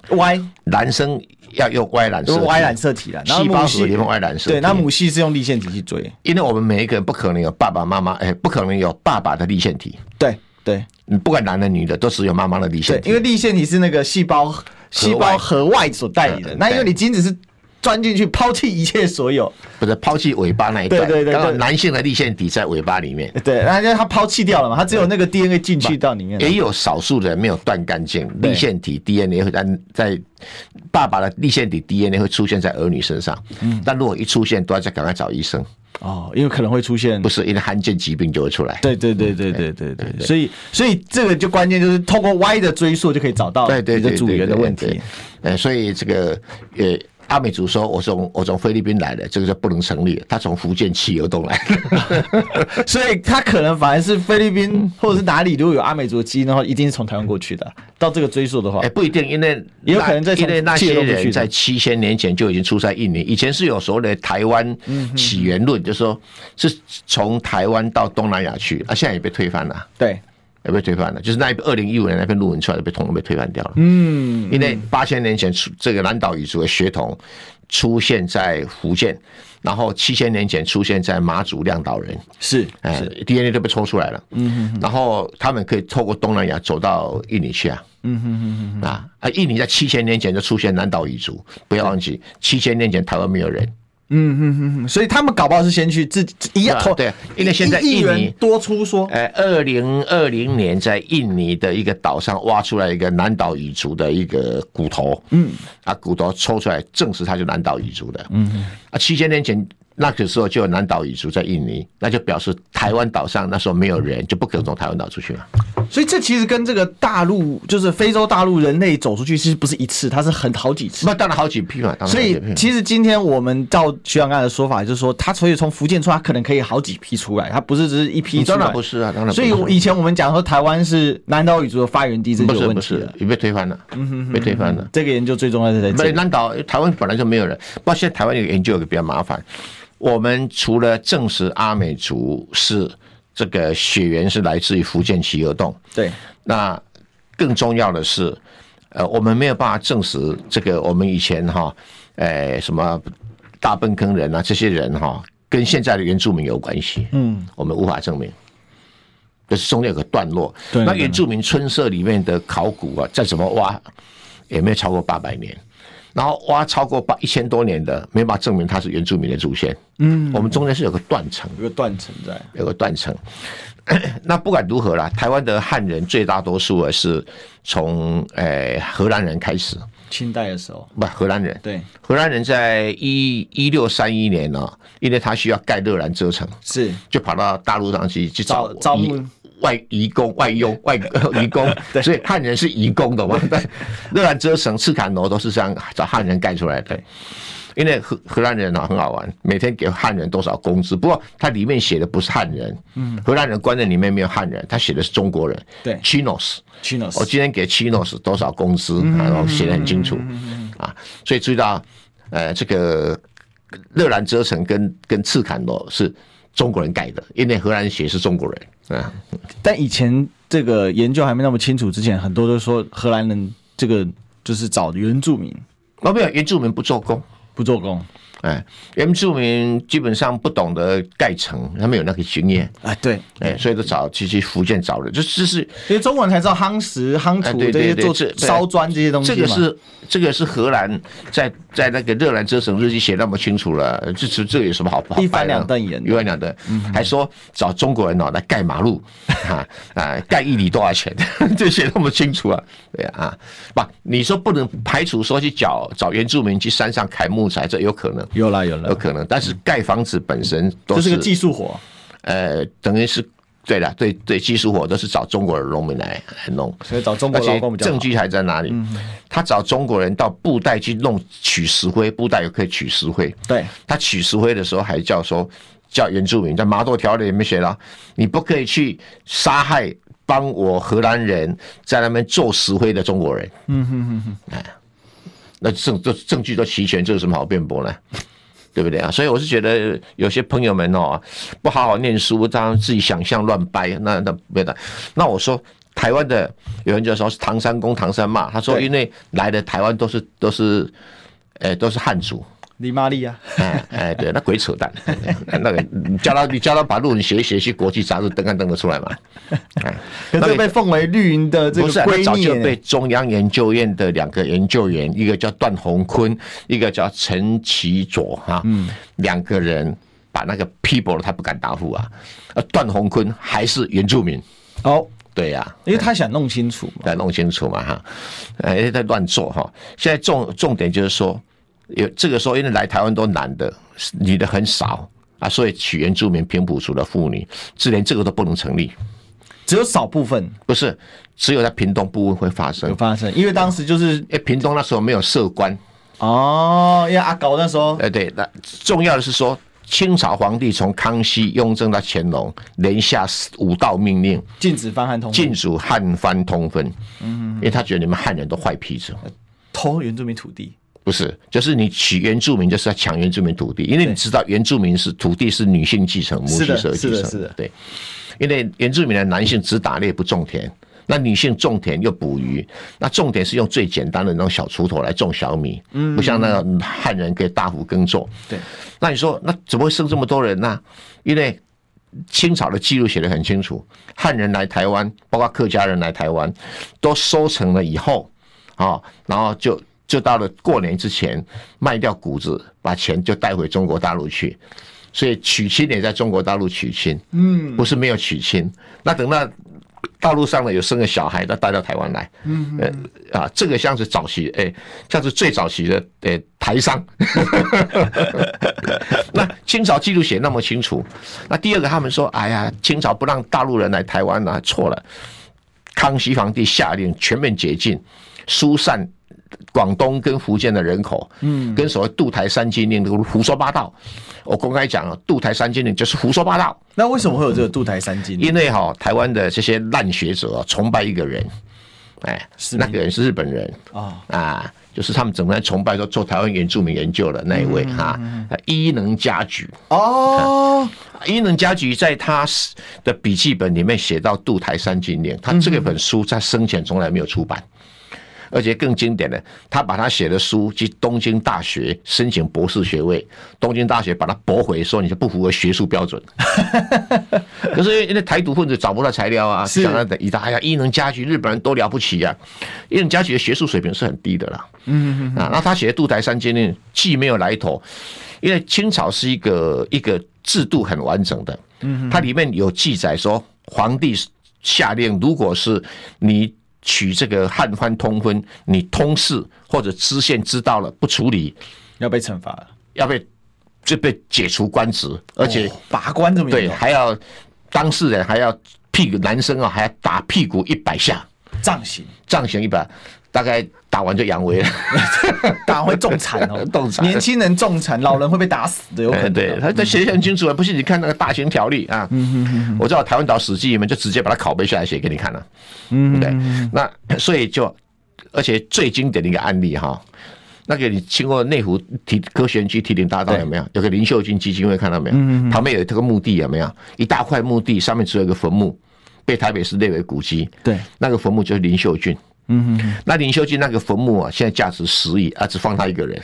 y 嗯男生要用歪染就色是体 Y 染色体了，然后细胞母核系里面 Y 染色体对，那母系是用立腺体去追，因为我们每一个人不可能有爸爸妈妈，哎、不可能有爸爸的立腺体，对对嗯不管男的女的，都只有妈妈的立腺对，体。因为立腺体是那个细胞细胞核外所代理的，嗯那因为你精子是钻进去抛弃一切所有，不是抛弃尾巴那一段，对对对嗯刚好对男性的立腺体在尾巴里面，对，那因为它抛弃掉了嘛，它只有那个 DNA 进去到里面了，也有少数人没有断干净，对立腺体 DNA 会在在爸爸的立腺体 DNA 会出现在儿女身上，嗯但如果一出现，都要再赶快找医生，哦，因为可能会出现不。是因为罕见疾病就会出来。对对对对对对对，所以所以这个就关键就是透过 Y 的追溯就可以找到对对哦你对的组员的问。对对题对。呃，所以这个呃，阿美族说我从我从菲律宾来的，这个就不能成立。他从福建汽油洞 (laughs) 来 (laughs) 的，所以他可能反而是菲律宾或者是哪里，如果有阿美族的基因的话，一定是从台湾过去的。到这个追溯的话哎、，不一定，因为也有可能在那从因为那汽些油洞过去人的在七千年前就已经出在印尼，以前是有所谓的台湾嗯起源论，就说是从台湾到东南亚去，啊，现在也被推翻了。对，也被推翻了，就是那一二零一五年那篇论文出来，被统统被推翻掉了。嗯，因为八千年前出这个南岛语族的血统出现在福建，然后七千年前出现在马祖亮岛人，是哎，DNA 都被抽出来了。嗯然后他们可以透过东南亚走到印尼去啊。嗯哼哼哼啊啊！印尼在七千年前就出现南岛语族，不要忘记，七千年前台湾没有人。嗯所以他们搞不好是先去自己一样对啊投对啊因为现在一印尼亿元多出说，呃，二零二零年在印尼的一个岛上挖出来一个南岛语族的一个骨头，嗯，啊，骨头抽出来证实它是南岛语族的，嗯，啊，七千年前那个时候就有南岛语族在印尼，那就表示台湾岛上那时候没有人，就不可能从台湾岛出去嘛，所以这其实跟这个大陆，就是非洲大陆人类走出去，其实不是一次，它是很好几次那。当然好几批嘛，当然所好几以批嘛其实今天我们照徐阳刚才的说法，就是说他所以从福建出来，他可能可以好几批出来，他不是只是一批出来。当然不是啊当然不是所以我以前我们讲说台湾是南岛语族的发源地，这不就有是问不题啊嗯是了。，也被推翻了，被推翻了。这个研究最重要的在不这是里。南岛台湾本来就没有人，不过现在台湾有个研究有个比较麻烦，我们除了证实阿美族是这个血缘是来自于福建奇尔洞，对，那更重要的是，呃，我们没有办法证实这个我们以前哈，呃，什么大粪坑人啊这些人哈，跟现在的原住民有关系，嗯，我们无法证明。就是中间有个段落，对那原住民村社里面的考古啊，再怎么挖，也没有超过八百年。然后挖超过八一千多年的，没办法证明他是原住民的祖先。嗯，我们中间是有个断层的。有个断层在。有个断层。 (coughs) 那不管如何啦，台湾的汉人最大多数啊是从诶、呃荷兰人开始，清代的时候，不荷兰人。对，荷兰人在一一六三一年呢、因为他需要盖热兰遮城，是就跑到大陆上去去找招招募移外移工、外佣、外 (laughs) 移工，所以汉人是移工的 (laughs) 嘛。但热兰遮城、赤坎楼都是这样找汉人盖出来的。因为荷荷兰人啊很好玩，每天给汉人多少工资？不过他里面写的不是汉人，嗯，荷兰人官员里面没有汉人，他写的是中国人，对，Chinos，我 Chinos，今天给 Chinos 多少工资，啊然后写的很清楚啊，所以注意到，呃，这个热兰遮城跟跟赤坎楼是中国人盖的，因为荷兰血是中国人啊，但以前这个研究还没那么清楚之前，很多都说荷兰人这个就是找原住民哦，没有原住民不做工。不做工。哎，原住民基本上不懂得盖城，他们有那个经验，哎，对，哎，所以都找去去福建找人，这这是因为中国人才知道夯实、夯哎土对这对些对做这对烧砖这些东西这嘛。个是这个是荷兰在在那个热兰遮省日记写那么清楚了，这这这有什么好不好？一翻两瞪眼的嗯一翻两瞪，还说找中国人哦来盖马路啊啊，盖一里多少钱？ (laughs) 这写那么清楚啊？对啊，不，你说不能排除说去找找原住民去山上砍木材，这有可能。有啦有有啦，可能，但是盖房子本身都这是是个技术活。呃，等于是对了，对对，技术活都是找中国的农民来来弄，所以找中国而劳且工比较好嗯证据还在哪里？他找中国人到布袋去弄取石灰，布袋也可以取石灰。对，他取石灰的时候还叫说叫原住民，在麻豆条例里面写了，你不可以去杀害帮我荷兰人在那边做石灰的中国人。嗯哼哼哼，哎，那证这证据都齐全，这有什么好辩驳呢？对不对啊？所以我是觉得有些朋友们哦，不好好念书，当然自己想象乱掰，那那没的。那我说台湾的有人就说是唐山公唐山骂，他说对因为来的台湾都是都是，呃，都是汉族，李玛丽啊，哎哎，对，那鬼扯淡，那个你叫他你叫他把论文写一写，去国际杂志登刊登得出来嘛？哎，可那这个被奉为绿营的这不个是啊、闺他早蜜就被耶。中央研究院的两个研究员，一个叫段宏坤，一个叫陈其佐哈，嗯，两个人把那个批驳了，他不敢答复啊。呃，段宏坤还是原住民，哦，对呀、因为他想弄清楚嘛。来弄清楚嘛哈，哎，在乱做哈。现在重重点就是说，有这个时候因为来台湾都男的，女的很少啊，所以娶原住民平埔族的妇女，就连这个都不能成立，只有少部分不是只有在屏东部分会发生有。发生，因为当时就是哎，屏东那时候没有社官，哦，因为阿搞那时候哎，对，那重要的是说，清朝皇帝从康熙、雍正到乾隆，连下五道命令，禁止翻汉通婚，禁止汉番通婚，嗯，因为他觉得你们汉人都坏痞子。偷原住民土地。不是，就是你娶原住民，就是要抢原住民土地，因为你知道原住民是土地是女性继承，母是系的社会继是的承，是的对。因为原住民的男性只打猎不种田，那女性种田又捕鱼，那重点是用最简单的那种小锄头来种小米，不像那个汉人可以大幅耕作。嗯对，那你说那怎么会生这么多人呢、因为清朝的记录写得很清楚，汉人来台湾，包括客家人来台湾，都收成了以后，啊、然后就就到了过年之前卖掉谷子，把钱就带回中国大陆去。所以娶亲也在中国大陆娶亲，嗯，不是没有娶亲。那等到大陆上呢有生个小孩，那带到台湾来，嗯，呃啊，这个像是早期，哎、像是最早期的，哎、台商。 (laughs) 那清朝记录写那么清楚，那第二个他们说，哎呀，清朝不让大陆人来台湾啊，错了。康熙皇帝下令全面解禁，疏散广东跟福建的人口，嗯，跟所谓渡台三禁令都胡说八道。我公开讲了，渡台三禁令就是胡说八道，那为什么会有这个渡台三金呢？因为哈、台湾的这些烂学者、啊、崇拜一个人，哎，是那个人是日本人啊啊，就是他们整天崇拜说做台湾原住民研究的那一位哈，伊能家矩。哦，伊啊能家矩在他的笔记本里面写到渡台三禁令，他这个本书在生前从来没有出版，而且更经典的，他把他写的书去东京大学申请博士学位，东京大学把他驳回，说你是不符合学术标准， (laughs) 就是因为台独分子找不到材料啊，是想要等一大哎呀，伊能家矩日本人多了不起呀、啊，伊能家矩的学术水平是很低的啦，嗯啊，那他写的渡台三禁令既没有来头，因为清朝是一个一个制度很完整的，嗯，它里面有记载说，皇帝下令，如果是你娶这个汉番通婚，你通事或者知县知道了不处理，要被惩罚了，要被就被解除官职，而且、哦拔关这么对严还要当事人还要屁股男生啊还要打屁股一百下，重，杖刑，杖刑一百，大概打完就阳痿了。打完会重残 (laughs) 哦，重残年轻人重残，老人会被打死的，有可哎，能。啊嗯对，他他写的很清楚啊，不信你看那个大型条例啊，我知道台湾岛史记里面就直接把它拷贝下来写给你看了、嗯，对，那所以就，而且最经典的一个案例哈，那个你经过内湖提科学园区提林大道有没有？有个林秀军基金会看到没有？旁边有这个墓地有没有？一大块墓地上面只有一个坟墓，被台北市列为古迹，对，那个坟墓就是林秀俊。嗯哼，那林秀俊那个坟墓啊，现在价值十亿啊，只放他一个人，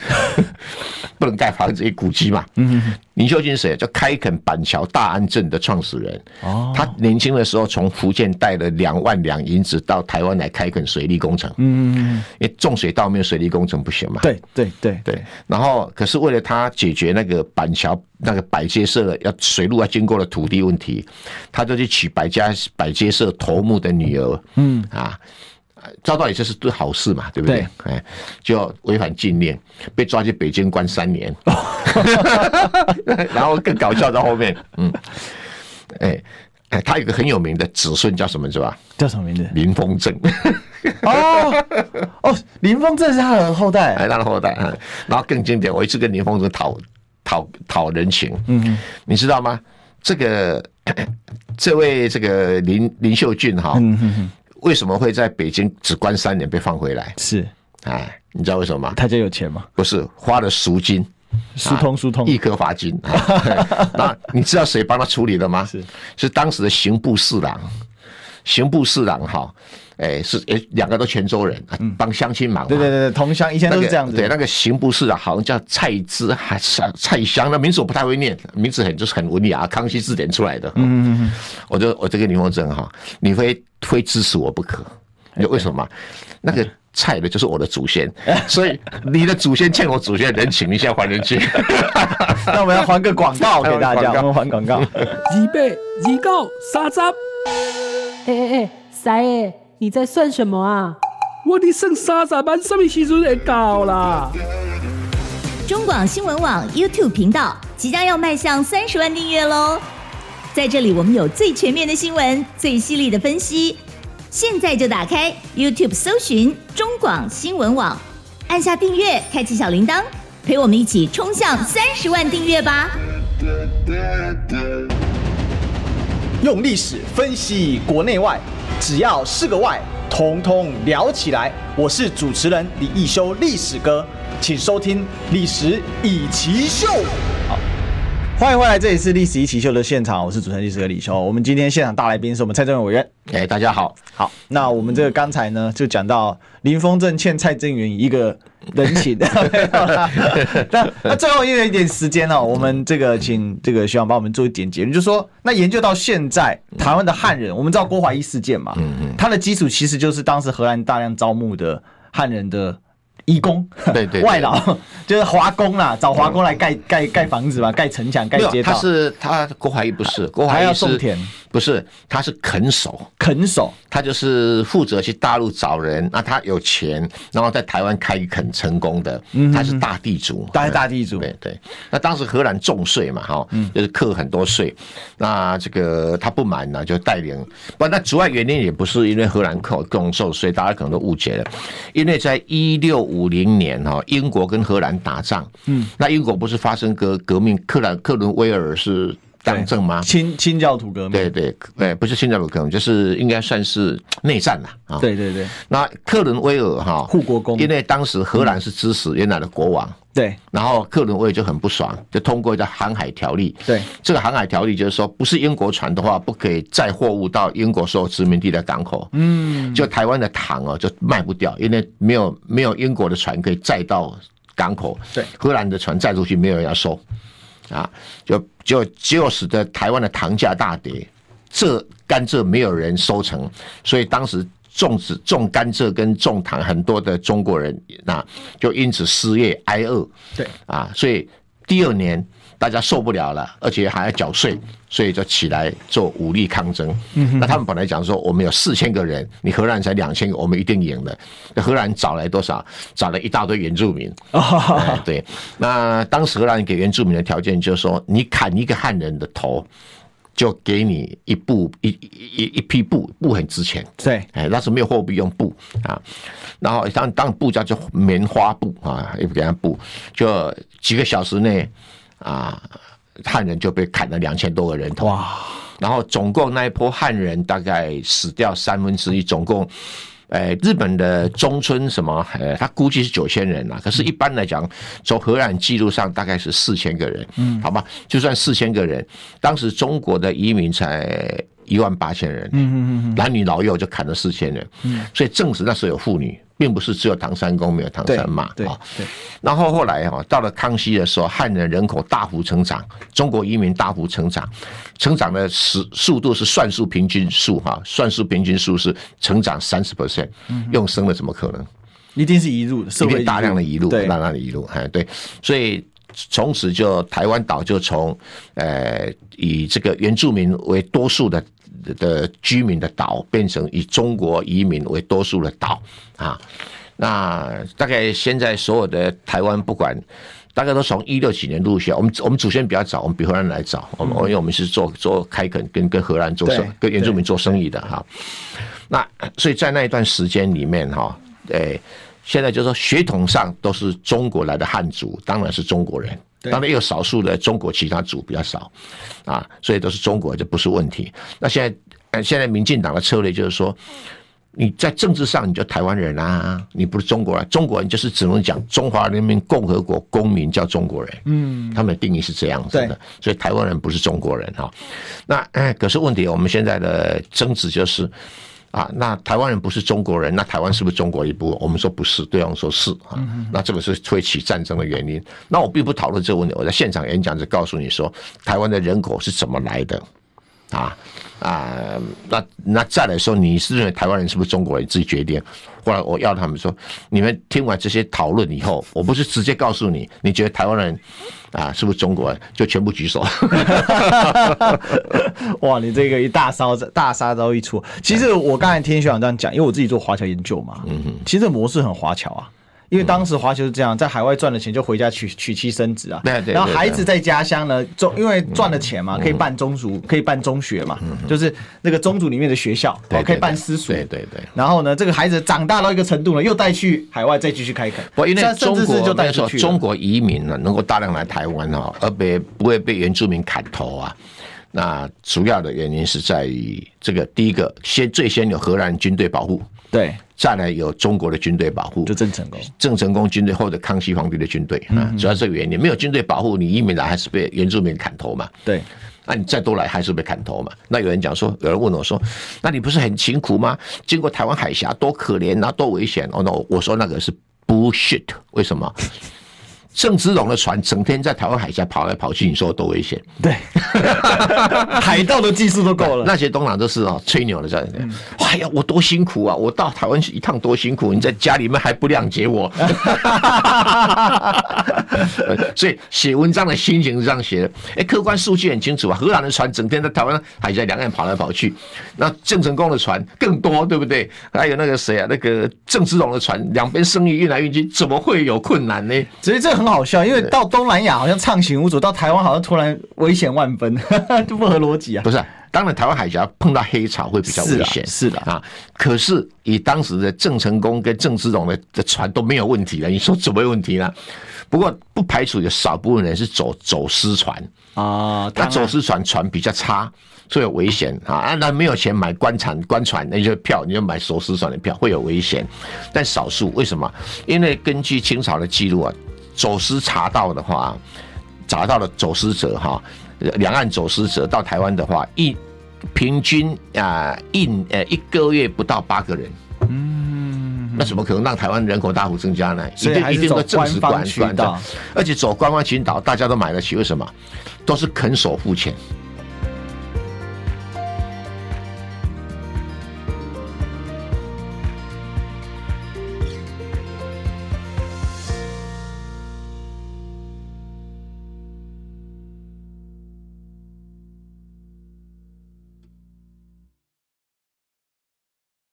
(laughs) 不能盖房子，也古迹嘛。嗯林秀俊是谁？叫开垦板桥大安镇的创始人。哦，他年轻的时候从福建带了两万两银子到台湾来开垦水利工程。嗯，因为种水稻没有水利工程不行嘛。对对对对，然后可是为了他解决那个板桥那个百街社的要水路要啊经过的土地问题，他就去娶百家百街社头目的女儿，嗯啊，照道理这是对好事嘛，对不对？哎，就违反禁令，被抓去北京关三年， (laughs) 然后更搞笑在后面，嗯，哎。哎，他有一个很有名的子孙叫什么是吧？叫什么名字？林风正， (laughs) 哦哦，林峰正是他的后代哎，他的后代。哎然后更经典，我一直跟林凤珍讨讨讨人情。嗯，你知道吗？这个 (coughs) 这位这个林林秀俊哈，为什么会在北京只关三年被放回来？是，哎，你知道为什么吗？他家有钱吗？不是花了赎金。啊疏通疏通一颗罚金。啊 (laughs) 那你知道谁帮他处理的吗？是是当时的刑部侍郎，刑部侍郎哈，哎是哎两个都泉州人，啊帮乡亲忙嘛。对对对对，同乡以前那都个是这样子。对，那个刑部市长好像叫蔡之还是蔡香，那名字我不太会念，名字很就是很文雅，康熙字典出来的。嗯嗯我就我就跟林凤珍哈，你非非支持我不可，哎你知道为什么吗？那个蔡的就是我的祖先，所以你的祖先欠我祖先的人情，你现在还人情。那我们要还个广告给大还 (laughs) 家，完我们还广告。二八、二九、三十，哎哎哎，塞哎，你在算什么啊？我伫算三十万，什么时阵会到啦？中广新闻网 YouTube 频道即将要迈向三十万订阅喽！在这里，我们有最全面的新闻，最犀利的分析。现在就打开 YouTube 搜寻中广新闻网，按下订阅，开启小铃铛，陪我们一起冲向三十万订阅吧！用历史分析国内外，只要是个“外”，统统聊起来。我是主持人李一修，历史哥，请收听《历史以奇秀》。欢迎回来，这里是《历史一起秀》的现场，我是主持人历史哥李修。我们今天现场大来宾是我们蔡正元委员。 (laughs) 哎，大家好，好，那我们这个刚才呢，就讲到林峰正欠蔡正元一个人情。 (laughs) 没有啦那那最后因为一点时间哦，我们这个请这个学长帮我们做一点结论，就说那研究到现在，台湾的汉人，我们知道郭怀义事件嘛，嗯它的基础其实就是当时荷兰大量招募的汉人的。义工，对对对外劳就是华工啦，找华工来盖盖盖房子嘛，盖城墙、盖没有街，道。他是他郭怀义不是，郭还怀要义种是田不是，他是啃手，啃手他就是负责去大陆找人，那他有钱，然后在台湾开垦成功的，他是大地主，嗯大大地主嗯对对。那当时荷兰重税嘛，哈，就是课很多税，那这个他不满呢，就带领，不，那主要原因也不是因为荷兰扣重受税，大家可能都误解了，因为在一六五零年哈，英国跟荷兰打仗，嗯，那英国不是发生革革命，克兰克伦威尔是当政吗？清清教徒革命，啊对对，哎，不是新加坡革命，就是应该算是内战了啊。对对对那克伦威尔哈护国公嗯因为当时荷兰是支持原来的国王，对然后克伦威尔就很不爽，就通过一个航海条例。对，这个航海条例就是说，不是英国船的话，不可以载货物到英国所有殖民地的港口。嗯，就台湾的糖哦，就卖不掉，因为没有没有英国的船可以载到港口。对，荷兰的船载出去，没有人要收。啊，就就就使得台湾的糖价大跌，这甘蔗没有人收成，所以当时种植种甘蔗跟种糖很多的中国人，那就因此失业挨饿。对啊，所以第二年大家受不了了，而且还要缴税，所以就起来做武力抗争。那他们本来讲说，我们有四千个人，你荷兰才两千个，我们一定赢的。那荷兰找来多少？找了一大堆原住民。哎对，那当时荷兰给原住民的条件就是说，你砍一个汉人的头。就给你一布一一一一匹布，布很值钱，对，哎，那时候没有货币用布啊，然后当当布叫做棉花布啊，也不给他布，就几个小时内啊，汉人就被砍了两千多个人头，哇，然后总共那一波汉人大概死掉三分之一，总共。哎，日本的中村什么？呃，他估计是九千人啦、啊可是，一般来讲，从荷兰记录上大概是四千个人，嗯，好吧，就算四千个人，当时中国的移民才一万八千人，嗯嗯嗯，男女老幼就砍了四千人，嗯，所以证实那时候有妇女，并不是只有唐三公没有唐对三妈，对啊对，然后后来哈、到了康熙的时候，汉人人口大幅成长，中国移民大幅成长，成长的时速度是算术平均数哈、算术平均数是成长三十 percent，用生了怎么可能？一定是移入的，社因会为大量的移入，对大量的移入，哎，对，所以从此就台湾岛就从呃以这个原住民为多数的的居民的岛，变成以中国移民为多数的岛啊。那大概现在所有的台湾不管。大概都从一六几年入学，我们我们祖先比较早，我们比荷兰来早，我们因为我们是做做开垦跟跟荷兰做生嗯对跟原住民做生意的哈。那所以在那一段时间里面哈，诶、现在就是说血统上都是中国来的汉族，当然是中国人，对当然也有少数的中国其他族比较少，啊，所以都是中国这不是问题。那现在呃现在民进党的策略就是说。你在政治上你就台湾人啊，你不是中国人、中国人就是只能讲中华人民共和国公民叫中国人，嗯，他们的定义是这样子对的，所以台湾人不是中国人哈、那哎，可是问题我们现在的争执就是，啊，那台湾人不是中国人，那台湾是不是中国一部分？我们说不是，对方说是啊。那这个是推起战争的原因。那我并不讨论这个问题，我在现场演讲只告诉你说，台湾的人口是怎么来的。啊啊，那那再来说，你是认为台湾人是不是中国人，自己决定。后来我要他们说，你们听完这些讨论以后，我不是直接告诉你，你觉得台湾人啊是不是中国人，就全部 (laughs) 举手。哇，你这个一大烧大杀招一出，其实我刚才听学长这样讲，因为我自己做华侨研究嘛，嗯其实这模式很华侨啊。因为当时华侨是这样，在海外赚了钱就回家娶娶妻生子啊，对对对嗯然后孩子在家乡呢，中因为赚了钱嘛，可以办中族，可以办中学嘛，就是那个中族里面的学校，对哦，可以对办对私塾，对对对然后呢，这个孩子长大到一个程度呢，又带去海外再继续开垦，不，因为甚中至国是就那带时出候去了中国移民啊呢，能够大量来台湾哦，而被不会被原住民砍头啊。那主要的原因是在于这个，第一个先最先有荷兰军队保护，对，再来有中国的军队保护，就郑成功，哦郑成功军队或者康熙皇帝的军队啊，主要这个原因。没有军队保护，你移民来还是被原住民砍头嘛？对，那你再多来还是被砍头嘛？那有人讲说，有人问我说，那你不是很辛苦吗？经过台湾海峡多可怜啊，多危险哦。那我说那个是 bullshit，为什么？郑芝龙的船整天在台湾海峡跑来跑去，你说多危险？ (laughs) 对，海盗的技术都够了。那些东厂都是啊、吹牛的在那边。哎呀，我多辛苦啊！我到台湾去一趟多辛苦，你在家里面还不谅解我。 (laughs) 所以写文章的心情是这样写的。哎、客观数据很清楚啊，荷兰的船整天在台湾海峡两岸跑来跑去，那郑成功的船更多，对不对？还有那个谁啊，那个郑芝龙的船，两边生意运来运去，怎么会有困难呢？其实这很好笑，因为到东南亚好像畅行无阻，到台湾好像突然危险万分， (laughs) 就不合逻辑啊不。是、啊，当然台湾海峡碰到黑潮会比较危险，是的是的啊。可是以当时的郑成功跟郑芝龙的的船都没有问题了，你说怎么会有问题呢？不过不排除有少部分人是走走私船，啊，那走总私船船比较差，所以有危险啊。啊，那没有钱买官船官船，那就票你就买走私船的票会有危险，但少数为什么？因为根据清朝的记录啊，走私查到的话，查到了走私者哈，呃两岸走私者到台湾的话，一平均啊、一呃一个月不到八个人。嗯，那怎么可能让台湾人口大幅增加呢？一所以定还一是定走的正式官方管渠管道的，而且走观光群岛大家都买得起，为什么？都是肯手付钱。